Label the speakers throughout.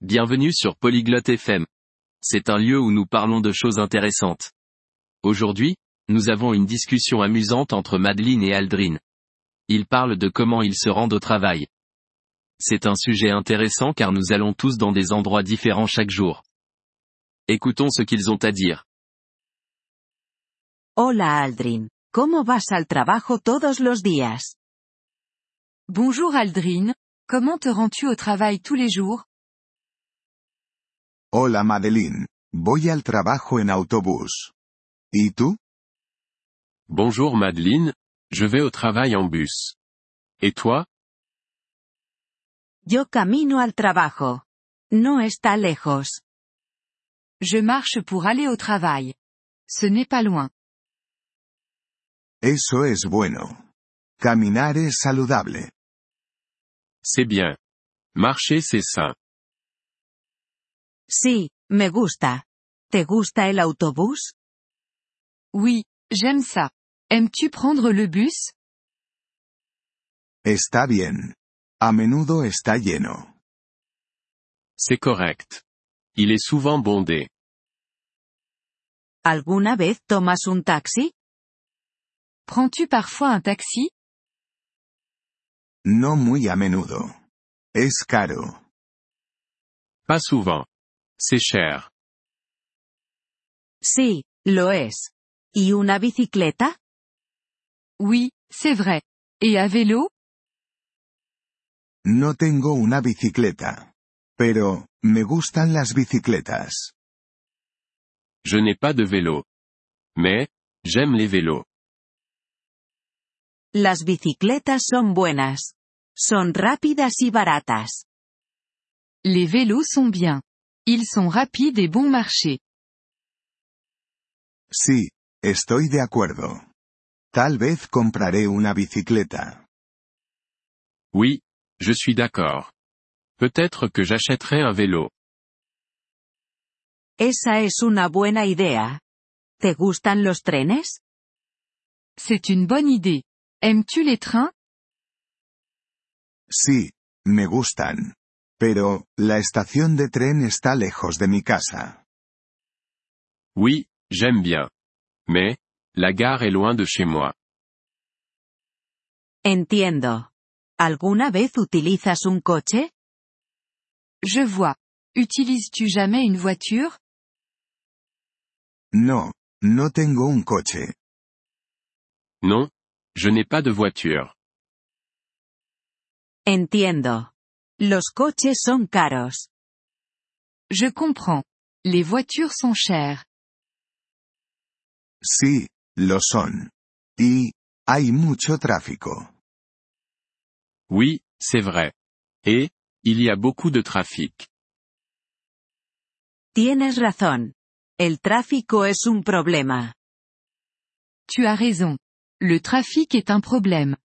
Speaker 1: Bienvenue sur Polyglotte FM. C'est un lieu où nous parlons de choses intéressantes. Aujourd'hui, nous avons une discussion amusante entre Madeleine et Aldrin. Ils parlent de comment ils se rendent au travail. C'est un sujet intéressant car nous allons tous dans des endroits différents chaque jour. Écoutons ce qu'ils ont à dire.
Speaker 2: Hola Aldrin. ¿Cómo vas al trabajo todos los días?
Speaker 3: Bonjour Aldrin, comment te rends-tu au travail tous les jours
Speaker 4: Hola Madeline. Voy al trabajo en autobús. ¿Y tú?
Speaker 5: Bonjour Madeleine, je vais au travail en bus. Et toi
Speaker 2: Yo camino al trabajo. No está lejos.
Speaker 3: Je marche pour aller au travail. Ce n'est pas loin.
Speaker 4: Eso es bueno. Caminar es saludable.
Speaker 5: C'est bien. Marcher c'est sain.
Speaker 2: Sí, me gusta. ¿Te gusta el autobús?
Speaker 3: Oui, j'aime ça. Aimes-tu prendre le bus
Speaker 4: Está bien. A menudo está lleno.
Speaker 5: C'est correct. Il est souvent bondé.
Speaker 2: ¿Alguna vez tomas un taxi?
Speaker 3: Prends-tu parfois un taxi
Speaker 4: No muy a menudo. Es caro.
Speaker 5: Pas souvent. C'est cher.
Speaker 2: Sí, lo es. ¿Y una bicicleta?
Speaker 3: Oui, c'est vrai. Et à vélo
Speaker 4: No tengo una bicicleta. Pero, me gustan las bicicletas.
Speaker 5: Je n'ai pas de vélo. Mais, j'aime les vélos.
Speaker 2: Las bicicletas son buenas. Son rápidas y baratas.
Speaker 3: Les vélos sont bien. Ils sont rapides et bon marché.
Speaker 4: Sí, estoy de acuerdo. Tal vez compraré una bicicleta.
Speaker 5: Oui, je suis d'accord. Peut-être que j'achèterai un vélo.
Speaker 2: Esa es una buena idea. ¿Te gustan los trenes?
Speaker 3: C'est une bonne idée. Aimes-tu les trains
Speaker 4: Sí, me gustan. Pero, la estación de tren está lejos de mi casa.
Speaker 5: Oui, j'aime bien. Mais, la gare est loin de chez moi.
Speaker 2: Entiendo. ¿Alguna vez utilizas un coche?
Speaker 3: Je vois. Utilises-tu jamais une voiture
Speaker 4: No, no tengo un coche.
Speaker 5: Non, je n'ai pas de voiture.
Speaker 2: Entiendo. Los coches son caros.
Speaker 3: Je comprends. Les voitures sont chères.
Speaker 4: Sí, lo son. Y, hay mucho tráfico.
Speaker 5: Oui, c'est vrai. Et, il y a beaucoup de trafic.
Speaker 2: Tienes razón. El tráfico es un problema.
Speaker 3: Tu as raison. Le trafic est un problème.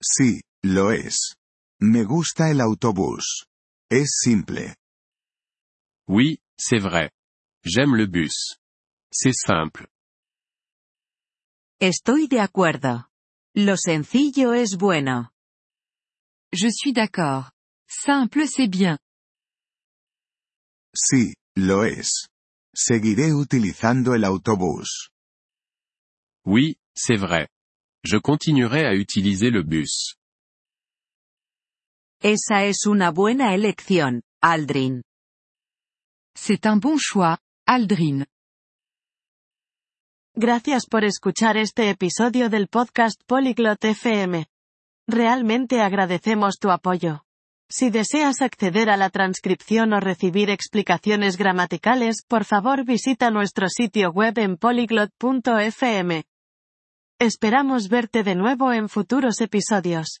Speaker 4: Sí, lo es. Me gusta el autobús. Es simple.
Speaker 5: Oui, c'est vrai. J'aime le bus. C'est simple.
Speaker 2: Estoy de acuerdo. Lo sencillo es bueno.
Speaker 3: Je suis d'accord. Simple c'est bien.
Speaker 4: Sí, lo es. Seguiré utilizando el autobús.
Speaker 5: Oui, c'est vrai. Je continuerai à utiliser le bus.
Speaker 2: Esa es una buena elección, Aldrin.
Speaker 3: C'est un bon choix, Aldrin.
Speaker 6: Gracias por escuchar este episodio del podcast Polyglot FM. Realmente agradecemos tu apoyo. Si deseas acceder a la transcripción o recibir explicaciones gramaticales, por favor visita nuestro sitio web en polyglot.fm. Esperamos verte de nuevo en futuros episodios.